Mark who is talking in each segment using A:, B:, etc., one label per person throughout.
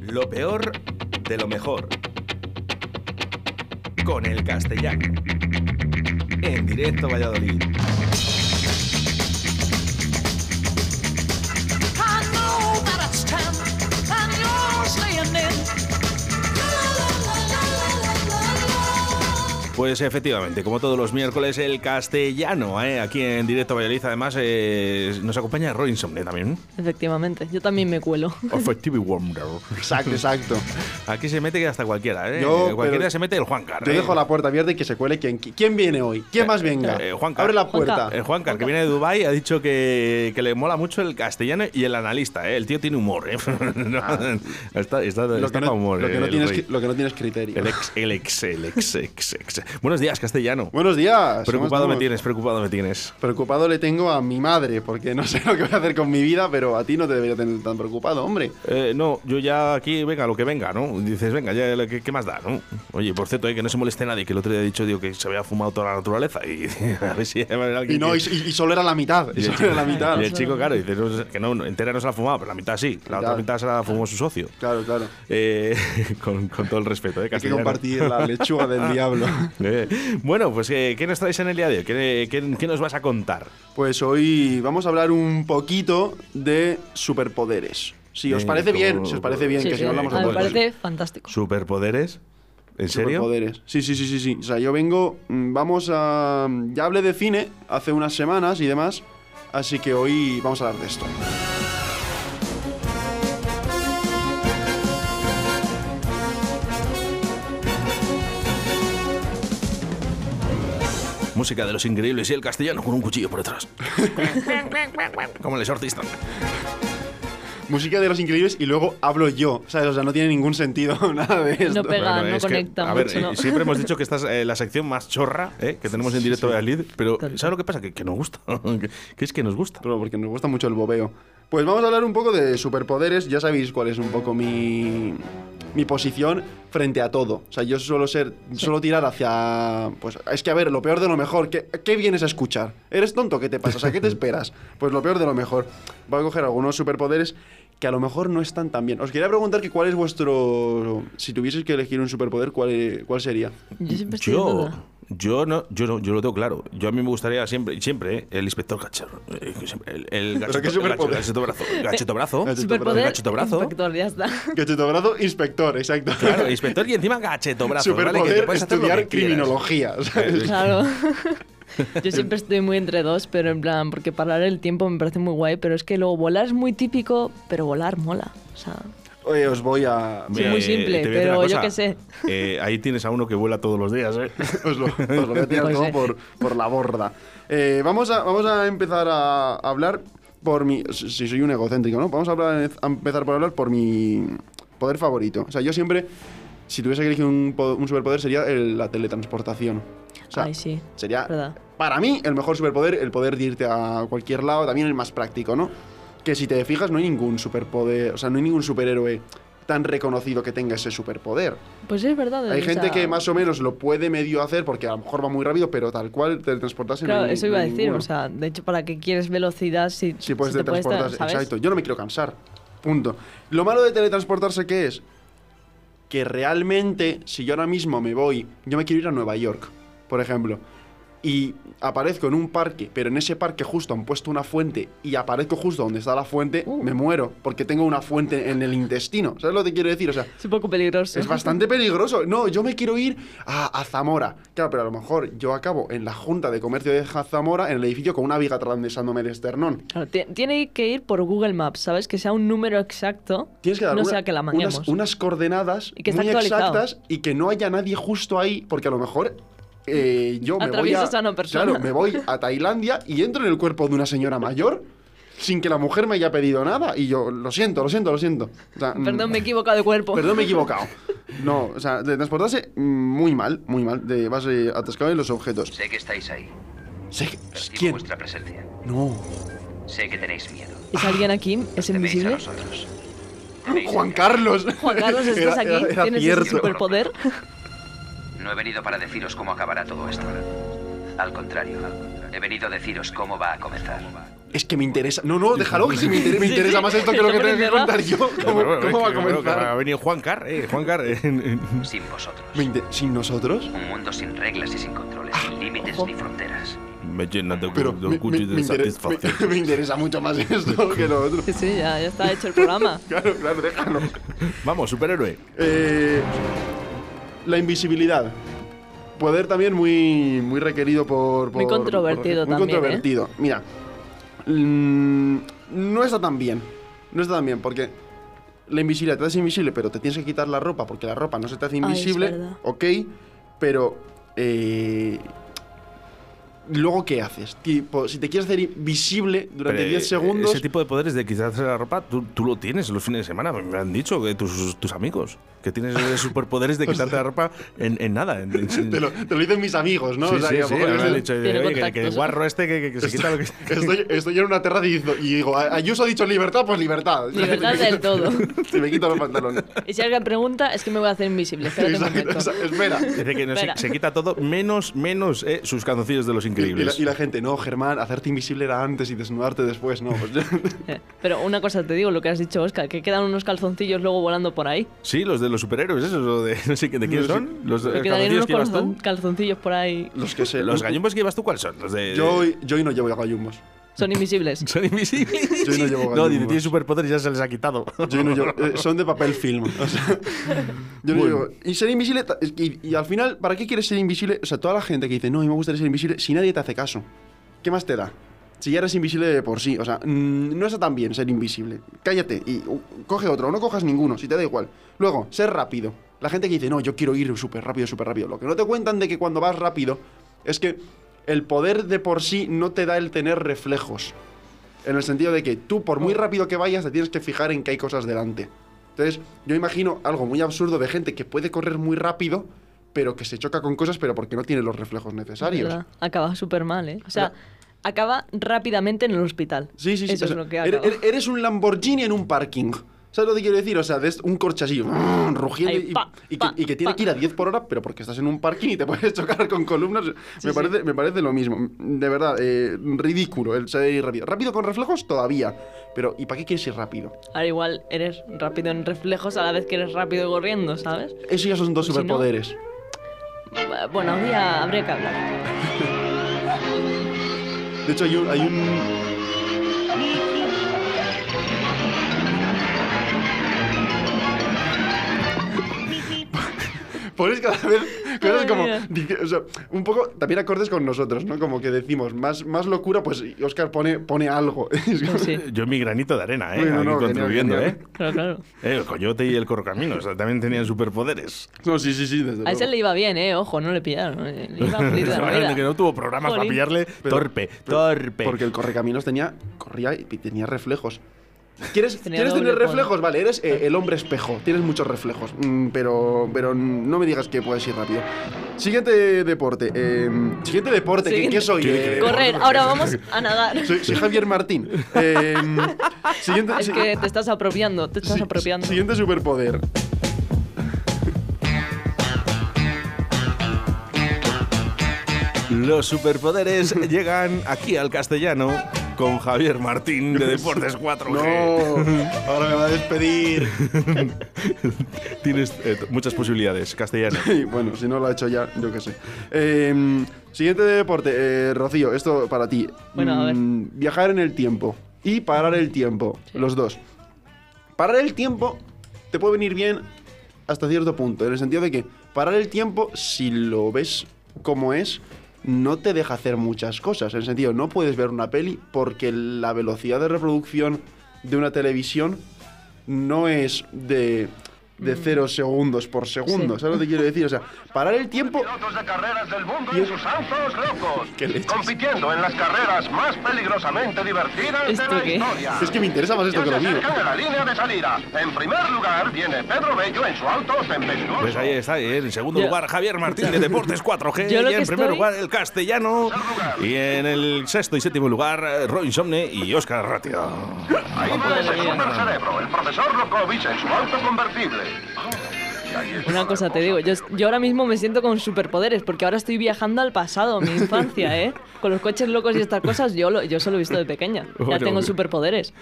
A: Lo peor de lo mejor. Con el castellano. En directo Valladolid.
B: I know that it's ten. I know it's laying in.
A: Pues efectivamente, como todos los miércoles, el castellano, ¿eh? aquí en directo Valladolid. Además, eh, nos acompaña Robinson ¿eh? también.
C: Efectivamente, yo también me cuelo.
A: Effective Wonder.
D: Exacto, exacto.
A: Aquí se mete hasta cualquiera, ¿eh?
D: Yo,
A: cualquiera
D: pero-
A: se mete el Juan Carlos. ¿eh?
D: Yo dejo la puerta abierta y que se cuele quien. ¿Quién viene hoy? ¿Quién más venga?
A: eh, Juanca.
D: Abre la
C: Juanca.
D: puerta.
A: El Juancar, que viene de Dubai ha dicho que, que le mola mucho el castellano y el analista. ¿eh? El tío tiene humor. ¿eh? No, está está,
D: Ah. Lo
A: está pa'
D: que no,
A: humor.
D: lo que
A: eh,
D: no
A: el
D: tienes,
A: güey.
D: cri- lo que no tienes criterio.
A: El ex, el ex, el ex, ex, ex. Buenos días, castellano.
D: Buenos días.
A: preocupado
D: ¿cómo
A: me
D: estamos?
A: tienes, preocupado me tienes.
D: Preocupado le tengo a mi madre, porque no sé lo que voy a hacer con mi vida, pero a ti no te debería tener tan preocupado, hombre.
A: Eh, no, yo ya aquí, venga, lo que venga, ¿no? Dices, venga, ya, lo que- ¿qué, más da, no? Oye, por cierto, eh, que no se moleste nadie, que el otro día he dicho, digo, que se había fumado toda la naturaleza y a ver si... a ver, alguien
D: Y no,
A: que-
D: y, y- y solo era la mitad. Y
A: Y el
D: solo
A: chico,
D: era la mitad.
A: y el chico, claro, dice no, que no, no, entera no se la ha fumado, pero la mitad sí. La otra
D: Claro.
A: mitad se la fumó su socio.
D: Claro, claro.
A: Eh, con, con todo el respeto, ¿eh?
D: Hay que
A: castellano.
D: compartir la lechuga del diablo.
A: Eh, bueno, pues eh, ¿qué nos traes en el día de hoy? ¿Qué, qué- qué nos vas a contar?
D: Pues hoy vamos a hablar un poquito de superpoderes. Si os
A: Eh,
D: parece bien,
A: como-
D: si os parece bien,
C: Sí,
D: que
C: sí,
D: si no hablamos
C: a mí
D: de
C: me
A: todo eso.
C: parece fantástico.
A: ¿Superpoderes? ¿En serio?
D: Superpoderes. Sí, sí, sí, sí, sí. O sea, yo vengo, mm, vamos a... mm, Ya hablé de cine hace unas semanas y demás, así que hoy vamos a hablar de esto.
A: Música de los increíbles y el castellano con un cuchillo por detrás. Como los artistas.
D: Música de Los Increíbles y luego hablo yo, ¿sabes? O sea, no tiene ningún sentido nada de
C: No
D: esto.
C: pega,
A: Bueno,
C: no
A: es que,
C: conecta
A: a ver,
C: mucho, ¿no?
A: eh, siempre hemos dicho que esta es eh, la sección más chorra ¿eh? que tenemos en directo de Alid, pero
C: Total.
A: ¿sabes lo que pasa? Que, que nos gusta. que, que es que nos gusta.
D: Pero porque nos gusta mucho el bobeo. Pues vamos a hablar un poco de superpoderes. Ya sabéis cuál es un poco mi, mi posición frente a todo. O sea, yo suelo ser, suelo tirar hacia, pues es que a ver, lo peor de lo mejor. ¿Qué, qué vienes a escuchar? ¿Eres tonto? ¿Qué te pasa? O sea, ¿qué te esperas? Pues lo peor de lo mejor. Voy a coger algunos superpoderes que a lo mejor no están tan bien. Os quería preguntar que cuál es vuestro, si tuvieses que elegir un superpoder, ¿cuál, cuál sería?
C: Yo siempre estoy en
A: Yo,
C: duda.
A: yo no, yo no, yo lo tengo claro. Yo a mí me gustaría siempre, siempre, ¿eh? el inspector cacharro. eh, que siempre, El, el gacheto,
D: qué
A: el gacheto-
D: superpoder.
A: gacheto brazo. el Gacheto brazo.
D: Gacheto
A: el
C: Superpoder,
A: Gacheto brazo.
C: inspector, ya está.
D: Gacheto brazo, inspector, exacto.
A: Claro, el inspector y encima gacheto brazo. ¿vale? Que
D: Superpoder,
A: puedes hacer lo
D: estudiar
A: que quieras.
D: criminología. ¿sabes?
C: Claro. Yo siempre estoy muy entre dos, pero en plan, porque parar el tiempo me parece muy guay, pero es que luego volar es muy típico, pero volar mola. O sea,
D: Oye, os voy a.
C: Sí, muy simple,
A: eh, te voy a decir
C: pero
A: una
C: yo
A: cosa.
C: qué sé.
A: Eh, ahí tienes a uno que vuela todos los días, ¿eh?
D: Os lo, os lo voy a tirar
C: Pues,
D: todo
C: eh.
D: por, por la borda. Eh, vamos, a, vamos a empezar a hablar por mi. Si soy un egocéntrico, ¿no? Vamos a, hablar- a empezar por hablar por mi poder favorito. O sea, yo siempre. Si tuviese que elegir un, po- un superpoder sería el- la teletransportación. O sea,
C: ay, sí.
D: Sería,
C: Verdad.
D: para mí, el mejor superpoder, el poder de irte a cualquier lado, también el más práctico, ¿no? Que si te fijas, no hay ningún superpoder, o sea, no hay ningún superhéroe tan reconocido que tenga ese superpoder.
C: Pues es verdad.
D: Hay
C: o
D: gente
C: sea,
D: que más o menos lo puede medio hacer porque a lo mejor va muy rápido, pero tal cual teletransportarse no
C: Claro,
D: hay-
C: eso iba
D: no
C: a
D: hay
C: decir,
D: ninguno.
C: o sea, de hecho, ¿para qué quieres velocidad si,
D: Si puedes
C: si te puedes tra-
D: teletransportarse,
C: ¿sabes?
D: exacto. Yo no me quiero cansar. Punto. Lo malo de teletransportarse que es que realmente si yo ahora mismo me voy, yo me quiero ir a Nueva York, por ejemplo, y aparezco en un parque, pero en ese parque justo han puesto una fuente y aparezco justo donde está la fuente,
C: Uh.
D: me muero porque tengo una fuente en el intestino. ¿Sabes lo que quiero decir? O sea,
C: Es un poco peligroso.
D: es bastante peligroso. No, yo me quiero ir a, a Zamora. Claro, pero a lo mejor yo acabo en la Junta de Comercio de Ja- Zamora, en el edificio, con una viga atravesándome de esternón.
C: Claro, ti- tiene que ir por Google Maps, ¿sabes? Que sea un número exacto.
D: Tienes que dar
C: No
D: una-
C: sea que la manguemos.
D: unas, unas coordenadas
C: Y que está
D: muy
C: actualizado.
D: exactas y que no haya nadie justo ahí, porque a lo mejor eh, yo me voy a,
C: Atraviesas a una persona.
D: Claro, me voy a Tailandia y entro en el cuerpo de una señora mayor sin que la mujer me haya pedido nada y yo lo siento, lo siento, lo siento. O sea, mm,
C: Perdón, me he equivocado de cuerpo.
D: Perdón, me he equivocado. No, o sea, de transportarse mm, muy mal, muy mal. De, vas eh, atascado en los objetos.
E: Sé que estáis ahí.
D: Sé que-
E: Percibo
D: ¿Quién?
E: vuestra presencia.
D: No.
E: Sé que tenéis miedo.
C: ¿Es alguien aquí? ¿Es
E: Teméis a
C: invisible?
E: nosotros. Teméis a
D: Juan
E: mí.
D: Carlos.
C: Juan Carlos,
D: Era-
C: ¿estás aquí?
D: era- era
C: ¿Tienes
D: cierto.
C: ese superpoder?
E: No he venido para deciros cómo acabará todo esto. Al contrario, he venido a deciros cómo va a comenzar.
D: Es que me interesa. No, no, déjalo, que si me interesa, me interesa más esto que lo que tengo que contar yo. ¿Cómo,
A: Pero bueno, es
D: cómo
A: que
D: va a
A: creo que Ha
D: comenzar?
A: venido Juan Carr, eh, Juan Carr. eh,
E: Sin vosotros.
D: Me Ah, inter- ¿Sin nosotros?
E: Un mundo sin reglas y sin controles, sin límites ni fronteras.
A: me llena de,
D: Pero
A: de
D: me,
A: orgullo y
D: me-
A: de
D: me inter-
A: satisfacción.
D: me- me interesa mucho más esto que lo otro.
C: Sí, sí, ya, ya está hecho el programa.
D: Claro, claro, déjalo.
A: Vamos, superhéroe.
D: Eh, la invisibilidad. Poder también muy, muy requerido por,
C: Muy
D: por- por-
C: controvertido
D: Muy
C: también, ¿eh?
D: controvertido. Mira, mm, no está tan bien. No está tan bien porque la invisibilidad te hace invisible, pero te tienes que quitar la ropa porque la ropa no se te hace
C: es
D: invisible.
C: verdad.
D: ok, pero... eh, Luego, ¿qué haces? Tipo, si te quieres hacer visible durante
A: Pero, eh,
D: 10 segundos...
A: Ese tipo de poderes de quitarse la ropa, tú, tú lo tienes los fines de semana. Me han dicho que tus, tus amigos que tienes esos superpoderes de quitarte la ropa en, en nada. en- en-
D: Te lo, te lo dicen mis amigos, ¿no?
A: Sí,
D: O sea,
A: sí,
D: que a lo
A: sí,
D: mejor
A: me
D: es
A: han
D: el-
A: dicho,
C: Tiene
A: oye, que- que, el
C: contactos, ¿no?
A: guarro este que, que- que se quita lo que.
D: Estoy, estoy en una terraza y, digo- y digo, "A- Ayuso ha dicho libertad, pues libertad.
C: Libertad del todo.
D: Y me quito los pantalones.
C: Y si alguien pregunta, es que me voy a hacer invisible. Espérate un
D: Exacto,
C: momento.
D: exacto. espera.
A: Dice que no, se,
C: Espera.
A: se quita todo menos, menos eh, sus canciones de los
D: Y, y la,
A: increíbles.
D: y la gente, no, Germán, hacerte invisible era antes y desnudarte después, no. Pues,
C: Eh, Pero una cosa te digo, lo que has dicho, Oscar, que quedan unos calzoncillos luego volando por ahí.
A: Sí, los de los superhéroes, esos, o de no sé qué- de quién
D: No sé.
A: son. Los de
C: Que
A: los
C: quedarían
A: calzoncillos
C: unos
A: que llevas
C: calzon-
A: tú. Eh,
C: calzoncillos por ahí.
D: los que se.
A: Los gallumbos que llevas tú, ¿cuáles son? Los de.
D: Yo, hoy- yo hoy no llevo gallumbos.
C: Son invisibles.
A: Son invisibles.
D: Yo
A: No,
D: no llevo
A: dice,
D: gallumbos.
A: tiene superpoderes y ya se les ha quitado.
D: Yo hoy no llevo- eh, son de papel film. o sea, yo no
A: Bueno.
D: llevo- Y ser invisible. ta- es que- Y, y al final, ¿para qué quieres ser invisible? O sea, toda la gente que dice, no, a mí me gustaría ser invisible, si nadie te hace caso, ¿qué más te da? Si ya eres invisible de por sí. O sea, mm, no está tan bien ser invisible. Cállate y uh, coge otro. o No cojas ninguno, si te da igual. Luego, ser rápido. La gente que dice, no, yo quiero ir súper rápido, súper rápido. Lo que no te cuentan de que cuando vas rápido es que el poder de por sí no te da el tener reflejos. En el sentido de que tú, por muy rápido que vayas, te tienes que fijar en que hay cosas delante. Entonces, yo imagino algo muy absurdo de gente que puede correr muy rápido, pero que se choca con cosas, pero porque no tiene los reflejos necesarios.
C: ¿Verdad? Acaba súper mal, ¿eh? O sea,
D: Pero-
C: acaba rápidamente en el hospital.
D: Sí, sí, sí.
C: Eso
D: o sea,
C: es lo que
D: eres,
C: acaba.
D: eres- eres un Lamborghini en un parking. ¿Sabes lo que quiero decir? O sea, des un corche así, mm, rugiendo
C: Ahí,
D: y,
C: pa,
D: y
C: pa,
D: que, y que tiene
C: pa.
D: que ir a 10 por hora, pero porque estás en un parking y te puedes chocar con columnas.
C: Sí,
D: me,
C: sí.
D: Parece, me parece lo mismo. De verdad, eh, ridículo el ser ir rápido. Rápido con reflejos todavía. Pero ¿y para qué quieres ir rápido?
C: Ahora igual eres rápido en reflejos a la vez que eres rápido corriendo, ¿sabes?
D: Eso ya son dos
C: Pues si no-
D: superpoderes.
C: Eh, Bueno, habría, habría que hablar.
D: De hecho, hay un, hay un. Ponéis cada vez cosas
C: Ay,
D: como.
C: mira.
D: dice- o sea, un poco también acordes con nosotros, ¿no? Como que decimos, más, más locura, pues y Oscar pone, pone algo. Es como-
C: Pues sí.
A: Yo mi granito de arena, ¿eh?
D: Bueno,
A: Aquí
D: no, genial,
A: contribuyendo,
D: genial.
C: Claro, claro.
A: ¿eh? Eh, El coyote y el correcaminos o sea, también tenían superpoderes.
D: No, sí, sí, sí, desde
C: Pues A ese
D: luego.
C: le iba bien, ¿eh? Ojo, no le pillaron. eh. Le iba feliz de la vida.
A: que no tuvo programas para
C: Jolín.
A: pillarle. torpe, torpe.
D: Porque el correcaminos tenía. corría y tenía reflejos. ¿Quieres,
C: Tenía
D: ¿quieres
C: doble
D: tener
C: poder.
D: reflejos? Vale, eres eh, el hombre espejo. Tienes muchos reflejos. Mm, pero, pero no me digas que puedes ir rápido. Siguiente deporte. eh, siguiente deporte. ¿Qué,
C: Siguiente.
D: qué soy?
A: ¿Qué-
D: Eh,
A: qué-
C: Correr, ahora vamos a nadar.
D: Soy, soy Javier Martín. Eh, siguiente,
C: Es
D: si-
C: que te estás apropiando, te estás
D: si-
C: apropiando.
D: Siguiente superpoder.
A: Los superpoderes llegan aquí al castellano con Javier Martín de Deportes 4G.
D: No, ahora me va a despedir.
A: Tienes eh, t- muchas posibilidades, castellano.
D: Y bueno, si no lo ha hecho ya, yo qué sé. Eh, siguiente deporte, eh, Rocío, esto para ti.
C: Bueno, a ver.
D: Mm, Viajar en el tiempo y parar el tiempo,
C: Sí.
D: los dos. Parar el tiempo te puede venir bien hasta cierto punto, en el sentido de que parar el tiempo, si lo ves como es, no te deja hacer muchas cosas. En el sentido, no puedes ver una peli porque la velocidad de reproducción de una televisión no es de, de cero segundos por segundo.
C: Mm. Sí.
D: ¿Sabes lo que quiero decir? O sea, parar el tiempo.
F: pilotos de carreras del mundo
D: Y-
F: en sus autos locos,
D: ¿Qué leches?
F: compitiendo en las carreras más peligrosamente divertidas de
C: ¿Esto
F: la
C: qué?
F: historia.
D: Es que me interesa más esto
F: Ya
D: que
F: se
D: lo mío.
F: acercan a la línea de salida. En primer lugar viene Pedro Bello en su auto tempestuoso.
A: Pues ahí está, eh, en segundo
C: Yo-
A: lugar Javier Martín de Deportes 4G,
C: Yo lo
A: y en
C: que
A: primer
C: estoy-
A: lugar el castellano, y en el sexto y séptimo lugar eh, Roy Insomne y Óscar Ratia.
F: Ahí va
C: Madre
F: ese
C: mía.
F: supercerebro, el profesor Lokovic en su auto convertible.
C: Una cosa te digo, yo, yo ahora mismo me siento con superpoderes porque ahora estoy viajando al pasado, mi infancia, ¿eh? Con los coches locos y estas cosas, yo, lo, yo solo he visto de pequeña. Ya
A: Bueno.
C: tengo superpoderes.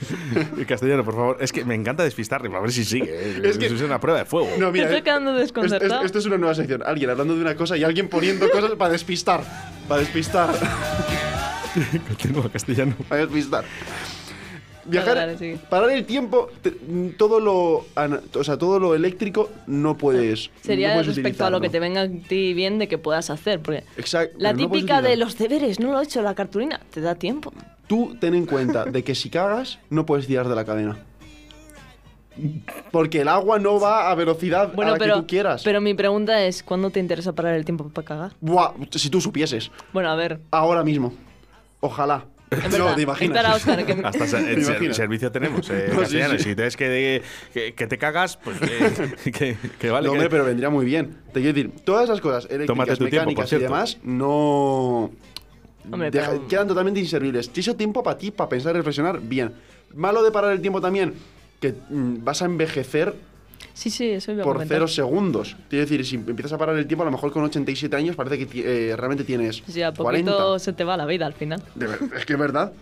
A: En castellano, por favor. Es que me encanta despistarme, para ver si sigue. ¿eh?
D: Es
A: Es
D: que-
A: que es una prueba de fuego.
D: No,
C: estoy quedando
D: es- es-
C: desconcertado.
D: Esto es una nueva sección. Alguien hablando de una cosa y alguien poniendo cosas para despistar. Para despistar.
A: Continúa castellano.
D: Para despistar. Viajar,
C: Vale, vale, sigue.
D: parar el tiempo, te- todo lo, ana- o sea, todo lo eléctrico no puedes.
C: Sería
D: no puedes
C: respecto a lo que te
D: utilizarlo.
C: venga a ti bien de que puedas hacer. Porque
D: Exacto,
C: la
D: pero no puedes
C: típica de
D: utilizar.
C: los deberes, no lo ha hecho la cartulina, te da tiempo.
D: Tú ten en cuenta de que si cagas no puedes tirar de la cadena. Porque el agua no va a velocidad
C: Bueno,
D: a la
C: pero,
D: que tú quieras.
C: pero mi pregunta es, ¿cuándo te interesa parar el tiempo para cagar?
D: Buah, si tú supieses.
C: Bueno, a ver.
D: Ahora mismo. Ojalá.
C: en
D: No,
C: verdad,
D: te imaginas.
C: espera, Óscar, que-
A: Hasta se-
D: ¿Te
A: el ser-
D: imaginas?
A: servicio tenemos, eh,
D: No, sí,
A: castellano.
D: sí.
A: Si tienes que, que, que te cagas, pues eh, que, que vale.
D: No,
A: que-
D: hombre, pero vendría muy bien. Te quiero decir, todas esas cosas
A: Tómate
D: eléctricas,
A: tu tiempo, por
D: mecánicas y
A: cierto.
D: demás, no.
C: Hombre,
D: deja-
C: pero-
D: Quedan totalmente inservibles. Te hizo tiempo para ti, para pensar y reflexionar, bien. Malo de parar el tiempo también, que mm, vas a envejecer
C: Sí, sí, eso iba a
D: por
C: comentar.
D: cero segundos. Quiero decir, si empiezas a parar el tiempo, a lo mejor con 87 años parece que ti- eh, realmente tienes
C: O sea, poquito
D: 40.
C: se te va la vida al final.
D: De ver- es que es verdad.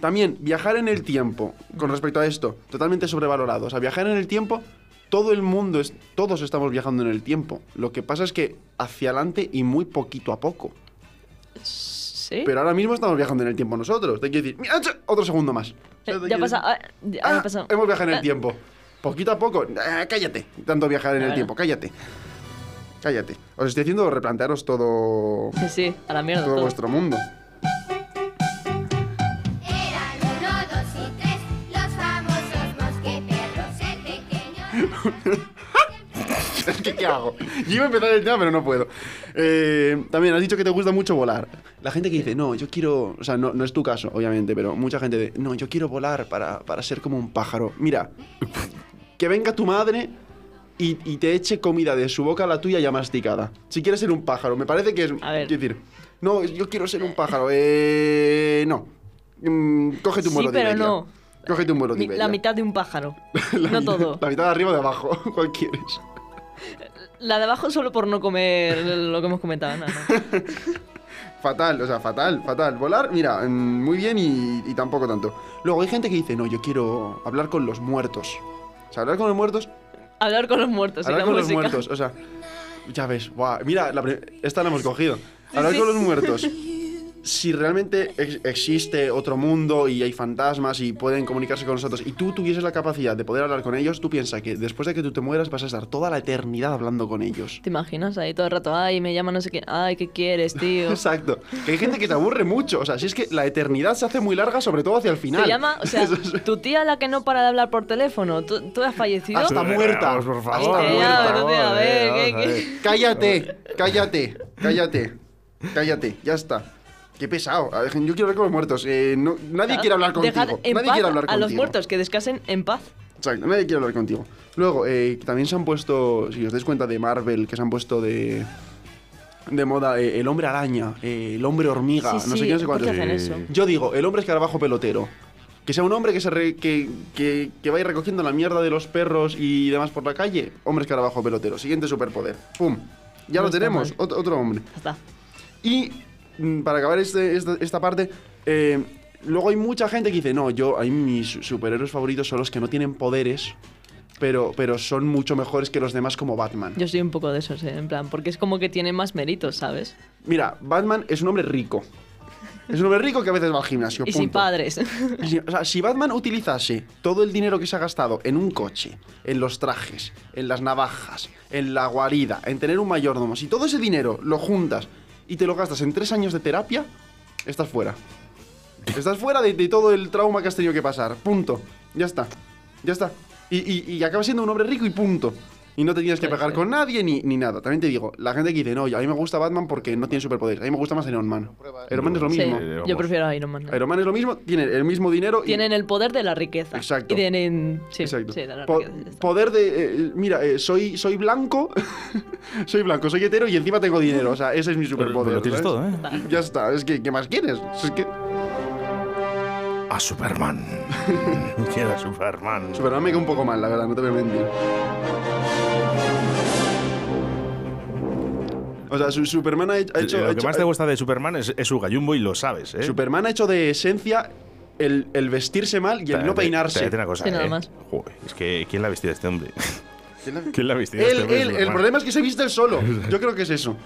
D: También, viajar en el tiempo, con respecto a esto, totalmente sobrevalorado. O sea, viajar en el tiempo, todo el mundo, es, todos estamos viajando en el tiempo. Lo que pasa es que hacia adelante y muy poquito a poco.
C: Sí.
D: Pero ahora mismo estamos viajando en el tiempo nosotros. Te quiero decir, mira, ¡acha! otro segundo más. O sea,
C: Eh,
D: te
C: ya
D: quiero
C: pasa.
D: decir,
C: ah, ya ha
D: "Ah,
C: pasado.
D: Hemos viajado en el
C: Ah,
D: tiempo. Poquito a poco. Ah, cállate. Tanto viajar en el
C: Claro.
D: tiempo. Cállate. Cállate. Os estoy haciendo replantearos todo,
C: Sí, sí, a la mierda.
D: todo
C: todo.
D: vuestro mundo.
G: Eran uno, dos y tres, los famosos mosqueteros, el pequeño...
D: Es que, ¿qué hago? Yo iba a empezar el tema, pero no puedo. Eh, también has dicho que te gusta mucho volar. La gente que dice, no, yo quiero. O sea, no, no es tu caso, obviamente, pero mucha gente de, no, yo quiero volar para, para ser como un pájaro. Mira, que venga tu madre y, y te eche comida de su boca a la tuya ya masticada. Si quieres ser un pájaro, me parece que es.
C: A ver.
D: quiero decir, no, yo quiero ser un pájaro. Eh. No. Mm, cógete un
C: Sí,
D: vuelo de
C: pero
D: Iberia.
C: no.
D: Cógete un vuelo de
C: Mi-
D: Iberia.
C: la mitad de un pájaro.
D: La
C: no
D: mi-
C: todo.
D: La mitad de arriba o de abajo. ¿Cuál quieres?
C: La de abajo solo por no comer lo que hemos comentado. nada más.
D: Fatal, o sea, fatal, fatal. Volar, mira, mm, muy bien y, y tampoco tanto. Luego hay gente que dice, no, yo quiero hablar con los muertos. O sea, hablar con los muertos,
C: Hablar con los muertos. y
D: hablar
C: la
D: con los
C: música.
D: muertos. O sea, ya ves, guau, mira, la pri- esta la hemos cogido. Hablar
C: sí.
D: con los muertos. Si realmente ex- existe otro mundo y hay fantasmas y pueden comunicarse con nosotros y tú tuvieses la capacidad de poder hablar con ellos, tú piensas que después de que tú te mueras vas a estar toda la eternidad hablando con ellos.
C: ¿Te imaginas ahí todo el rato? Ay, me llama no sé qué. Ay, ¿qué quieres, tío?
D: Exacto. Que hay gente que te aburre mucho. O sea, si es que la eternidad se hace muy larga, sobre todo hacia el final.
C: Se llama, o sea,
D: Eso es-
C: tu tía la que no para de hablar por teléfono. ¿Tú, tú has fallecido?
D: Hasta muerta.
A: Vamos, por
D: Hasta
A: favor.
C: Eh,
D: muerta.
C: ya, pero tío, a ver,
D: eh,
A: vamos
C: ¿qué-
A: a ver.
C: qué?
D: Cállate, cállate, cállate, cállate, ya está. Qué pesado. A ver, Yo quiero hablar con los muertos. Eh, no- nadie quiere hablar contigo.
C: Dejad en
D: nadie
C: paz
D: quiere hablar
C: a
D: contigo.
C: los muertos, que descansen en paz.
D: Exacto, nadie quiere hablar contigo. Luego, eh, que también se han puesto, si os dais cuenta de Marvel, que se han puesto de. De moda, eh, el hombre araña, eh, el hombre hormiga,
C: Sí,
D: no sé
C: sí,
D: qué, no sé
C: ¿por qué
D: cuánto.
C: hacen eso?
D: Yo digo, el hombre escarabajo pelotero. Que sea un hombre que, se re- que, que, que vaya recogiendo la mierda de los perros y demás por la calle. Hombre escarabajo pelotero. Siguiente superpoder. ¡Pum! Ya
C: No
D: lo
C: está
D: tenemos.
C: mal.
D: Ot- otro hombre.
C: Ya está.
D: Y mm, para acabar este- esta, esta parte, eh, luego hay mucha gente que dice, no, yo, a mí mis superhéroes favoritos son los que no tienen poderes, pero, pero son mucho mejores que los demás como Batman.
C: Yo soy un poco de esos, eh, en plan, porque es como que tiene más méritos, ¿sabes?
D: Mira, Batman es un hombre rico. Es un hombre rico que a veces va al gimnasio.
C: Y sin
D: punto.
C: padres.
D: Y si- O sea, si Batman utilizase todo el dinero que se ha gastado en un coche, en los trajes, en las navajas, en la guarida, en tener un mayordomo, si todo ese dinero lo juntas y te lo gastas en tres años de terapia, estás fuera. Estás fuera de, de todo el trauma que has tenido que pasar. Punto. Ya está. Ya está. Y, y, y acabas siendo un hombre rico y punto. Y no te tienes que
C: Puede
D: pegar
C: ser.
D: con nadie ni, ni nada. También te digo, la gente que dice, no, yo- a mí me gusta Batman porque no tiene superpoderes. A mí me gusta más Iron Man. Iron Man es lo
C: Sí,
D: mismo.
A: Eh,
C: yo
A: vamos.
C: prefiero a Iron Man.
D: Iron Man es lo mismo, tiene el mismo dinero. y-
C: Tienen el poder de la riqueza.
D: Exacto.
C: Y tienen. Sí,
D: Exacto.
C: sí, de la
D: Po-
C: riqueza. ya está.
D: poder de. eh, mira, eh, soy, soy blanco. soy blanco, soy hetero y encima tengo dinero. O sea, ese es mi
A: Pero-
D: superpoder.
A: pero lo tienes
D: ¿sabes?
A: todo, ¿eh?
D: Ya está, es que, ¿qué más quieres? Es que
A: A Superman. Quiero a Superman.
D: Superman me cae un poco mal, la verdad, no te voy a mentir. sea, su Superman ha hecho. ha hecho-
A: lo
D: ha
A: que
D: hecho- eh,
A: más te gusta de Superman es, es su gallumbo y lo sabes, ¿eh?
D: Superman ha hecho de esencia el, el vestirse mal y el no
A: Te- te- te
D: peinarse.
A: voy a decir una cosa,
C: Sí, nada
A: ¿eh?
C: más.
A: Joder, es que ¿quién la ha vestido a este hombre?
D: ¿Quién la-
A: ¿Quién la ha vestido a este
D: Él,
A: hombre?
D: él, el
A: Superman?
D: problema es que se viste él solo. Yo creo que es eso.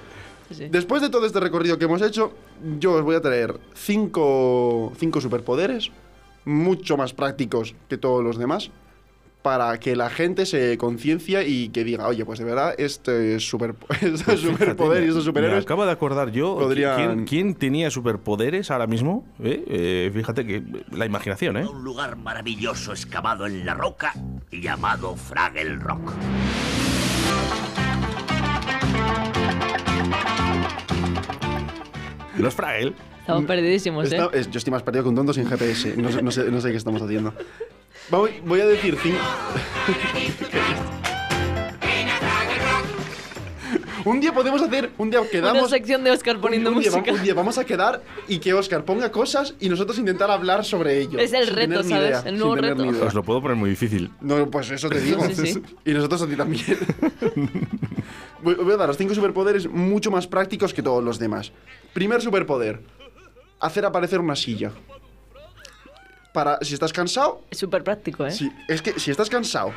C: Sí.
D: Después de todo este recorrido que hemos hecho, yo os voy a traer cinco, cinco superpoderes, mucho más prácticos que todos los demás, para que la gente se conciencia y que diga, oye, pues de verdad, este, super, este superpoder y estos
A: Me
D: superhéroes...
A: acabo de acordar yo
D: podrían-
A: ¿quién, quién tenía superpoderes ahora mismo. ¿Eh? Eh, fíjate que la imaginación, ¿eh?
E: Un lugar maravilloso excavado en la roca llamado Fraggle Rock.
A: Los Fraggle.
C: Estamos perdidísimos, ¿eh?
D: Esta- es- yo estoy más perdido que un tonto sin GPS, no, sé- no sé, no sé qué estamos haciendo. Voy, voy a decir cinco... Un día podemos hacer, un día
C: Una
D: quedamos
C: sección de Oscar poniendo
D: un, día,
C: música.
D: va- un día vamos a quedar y que Oscar ponga cosas y nosotros intentar hablar sobre ello.
C: Es el
D: sin
C: reto,
D: tener ni
C: ¿sabes?
D: idea,
C: El nuevo
D: sin tener
C: reto.
D: ni idea.
A: Os lo puedo poner muy difícil.
D: No, pues eso te digo.
C: Sí, sí.
D: Y nosotros a ti también. voy, voy a daros cinco superpoderes mucho más prácticos que todos los demás. Primer superpoder: hacer aparecer una silla. Para si estás cansado,
C: Es súper práctico, ¿eh?
D: si- es que si estás cansado,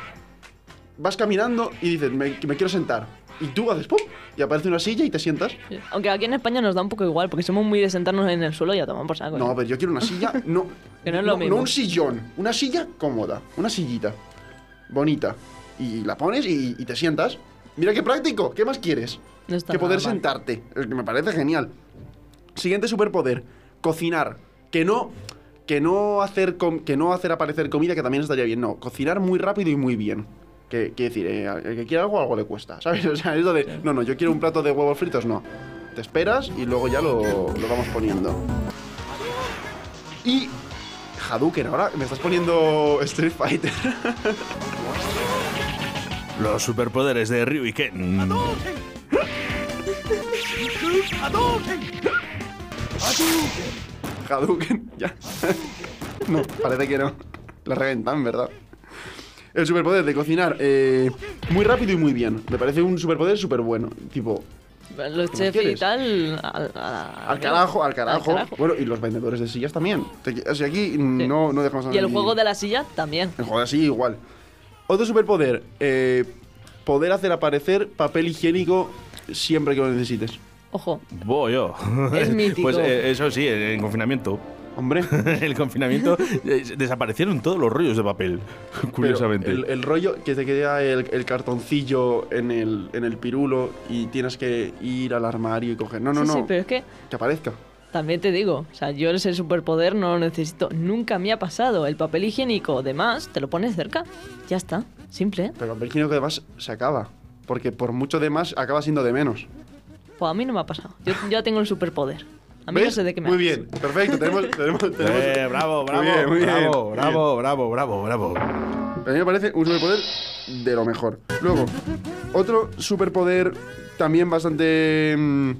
D: vas caminando y dices, me, me quiero sentar. Y tú haces pum, y aparece una silla y te sientas.
C: Aunque aquí en España nos da un poco igual, porque somos muy de sentarnos en el suelo y a tomar por saco.
D: No,
C: ¿eh?
D: pero yo quiero una silla. No,
C: Que no es lo mismo.
D: un sillón. Una silla cómoda. Una sillita. Bonita. Y la pones y, y te sientas. Mira qué práctico. ¿Qué más quieres?
C: No está
D: que
C: nada
D: poder
C: mal.
D: sentarte. Es que me parece genial. Siguiente superpoder. Cocinar. Que no. Que no hacer com- que no hacer aparecer comida, que también estaría bien. No, cocinar muy rápido y muy bien. Que, quiero decir, eh, al que quiera algo, algo le cuesta. ¿Sabes? O sea, es lo de. No, no, yo quiero un plato de huevos fritos, no. Te esperas y luego ya lo, lo vamos poniendo. Y. Hadouken, ahora me estás poniendo Street Fighter.
A: Los superpoderes de Ryu y Ken.
D: Hadouken, ya. No, parece que no. La reventan, ¿verdad? El superpoder de cocinar eh, muy rápido y muy bien. Me parece un superpoder súper bueno. Tipo,
C: Los chefs y
D: quieres?
C: tal. Al, al-
D: al carajo, al carajo. Bueno, y los vendedores de sillas también. Te qui- O sea, aquí no, no dejamos a
C: Y el
D: nadie-
C: juego de la silla también.
D: El juego de la silla igual. Otro superpoder. eh, poder hacer aparecer papel higiénico siempre que lo necesites.
C: Ojo.
A: Voy yo.
C: Es mítico.
A: Pues eh, eso sí, en, en confinamiento.
D: Hombre.
A: el confinamiento eh, desaparecieron todos los rollos de papel, curiosamente.
D: Pero El, el rollo que te queda el, el cartoncillo en el, en el pirulo y tienes que ir al armario y coger. No, no,
C: sí,
D: no.
C: sí, pero es que
D: Que aparezca.
C: también te digo, o sea, yo ese superpoder no lo necesito. Nunca me ha pasado. El papel higiénico, demás, te lo pones cerca. Ya está. Simple, ¿eh?
D: Pero el papel higiénico que además se acaba. Porque por mucho de más acaba siendo de menos.
C: Pues a mí no me ha pasado. Yo ya tengo el superpoder. A mí no
D: ¿Ves?
C: sé de qué me
D: Muy
C: hablas.
D: bien, perfecto. Tenemos. tenemos, tenemos-
A: Eh, bravo, bravo,
D: Muy bien, muy bien,
A: bravo,
D: muy
A: bravo, bravo, bravo, bravo,
D: A mí me parece un superpoder de lo mejor. Luego, otro superpoder también bastante. mm,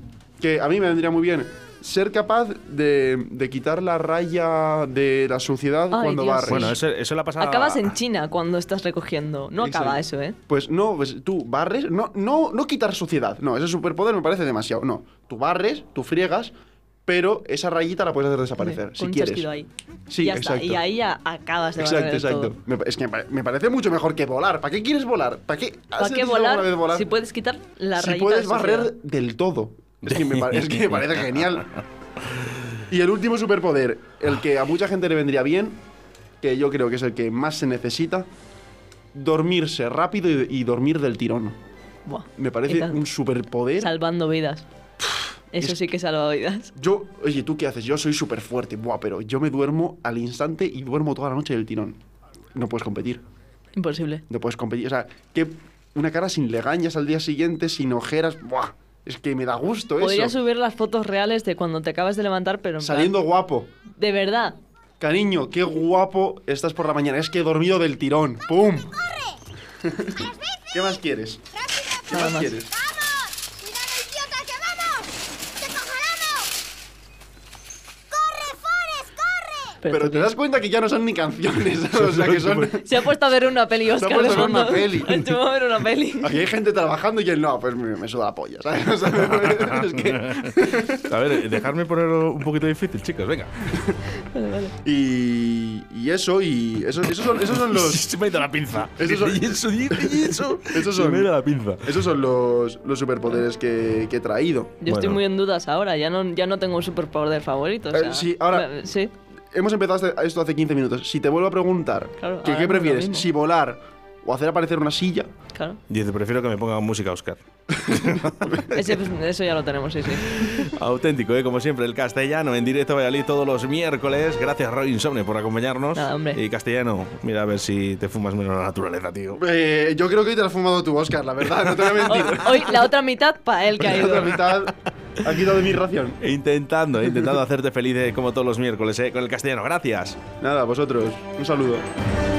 D: que a mí me vendría muy bien. Ser capaz de, de quitar la raya de la suciedad
C: Ay,
D: cuando
C: Dios.
D: barres.
A: Bueno, eso, eso la pasada.
C: Acabas
D: Ah.
C: en China cuando estás recogiendo. No acaba eso, ¿eh?
D: Pues no, pues tú barres, no, no, no quitar suciedad, no, ese superpoder me parece demasiado, no. Tú barres, tú friegas, pero esa rayita la puedes hacer desaparecer,
C: Con
D: si
C: un
D: quieres.
C: chasquido ahí.
D: Sí,
C: Y ya está.
D: exacto.
C: Y ahí ya acabas de barrer
D: Exacto, exacto.
C: todo.
D: Me pa- es que me, pare- me parece mucho mejor que volar. ¿Para qué quieres volar? ¿Para qué, has
C: ¿Para qué
D: sentido alguna
C: volar,
D: vez
C: si puedes quitar la
D: Si
C: rayita
D: puedes
C: de
D: barrer
C: suciedad?
D: del todo. Es que, me, pa- es que me parece genial. Y el último superpoder, el que a mucha gente le vendría bien, que yo creo que es el que más se necesita, dormirse rápido y, y dormir del tirón.
C: Buah.
D: Me parece
C: Quizás
D: un superpoder.
C: Salvando vidas. Eso sí que salva vidas.
D: Yo, oye, ¿tú qué haces? Yo soy súper fuerte, buah, pero yo me duermo al instante y duermo toda la noche del tirón. No puedes competir.
C: Imposible.
D: No puedes competir. O sea, que una cara sin legañas al día siguiente, sin ojeras, buah. Es que me da gusto
C: Podría
D: eso.
C: subir las fotos reales de cuando te acabas de levantar, pero en plan,
D: Saliendo guapo.
C: de verdad.
D: Cariño, qué guapo estás por la mañana. Es que he dormido del tirón. ¡Pum! ¿Qué más quieres? ¿Qué
C: Nada
D: más,
C: más.
D: quieres?
G: ¡Vamos! ¡Cuidado, idiota, que vamos! ¡Te cogeremos! ¡Corre, Forrest, corre!
C: Pero
D: Pero
C: tú
D: te das cuenta que ya no son ni canciones, o sea que son...
C: Se ha puesto a ver una peli,
D: ha
C: Oscar.
D: puesto a
C: de
D: ver una
C: fondo.
D: peli.
C: Ha hecho, "Vamos a ver una peli.
D: Aquí hay gente trabajando y él no, pues me, me suda la polla, ¿sabes? O sea, es que-
A: A ver, dejarme ponerlo un poquito difícil, chicos, venga.
C: Vale, vale.
D: Y, y eso, y eso- esos son, esos son los...
A: Se me ha ido la pinza.
D: Esos son-
A: Y eso, y eso.
D: Esos
A: Se
D: son-
A: me ha ido la pinza.
D: Esos son los, los superpoderes que, que he traído.
C: Yo estoy
A: Bueno.
C: muy en dudas ahora, ya no, ya no tengo un superpoder favorito. o
D: Eh,
C: sea.
D: sí, ahora-
C: Eh, Sí,
D: Hemos empezado hace- esto hace 15 minutos. Si te vuelvo a preguntar,
C: Claro,
D: que,
C: ahora
D: ¿qué
C: mismo lo
D: prefieres?
C: mismo.
D: ¿Si volar o hacer aparecer una silla?
C: claro.
A: Dice, prefiero que me pongan música Oscar.
C: Ese- pues, eso ya lo tenemos, sí, sí.
A: Auténtico, ¿eh? como siempre, el castellano en directo a Valladolid todos los miércoles. Gracias, Roy Insomne, por acompañarnos.
C: Nada, hombre.
A: Y castellano, mira a ver si te fumas menos la naturaleza, tío.
D: Eh, yo creo que hoy te la has fumado tú, Oscar, la verdad, no te voy a
C: Hoy,
D: mentir.
C: hoy la otra mitad para él
D: La
C: caído.
D: otra mitad ha quitado mi ración.
A: Intentando, eh, intentando hacerte feliz eh, como todos los miércoles, ¿eh? con el castellano. Gracias.
D: Nada, vosotros, un saludo.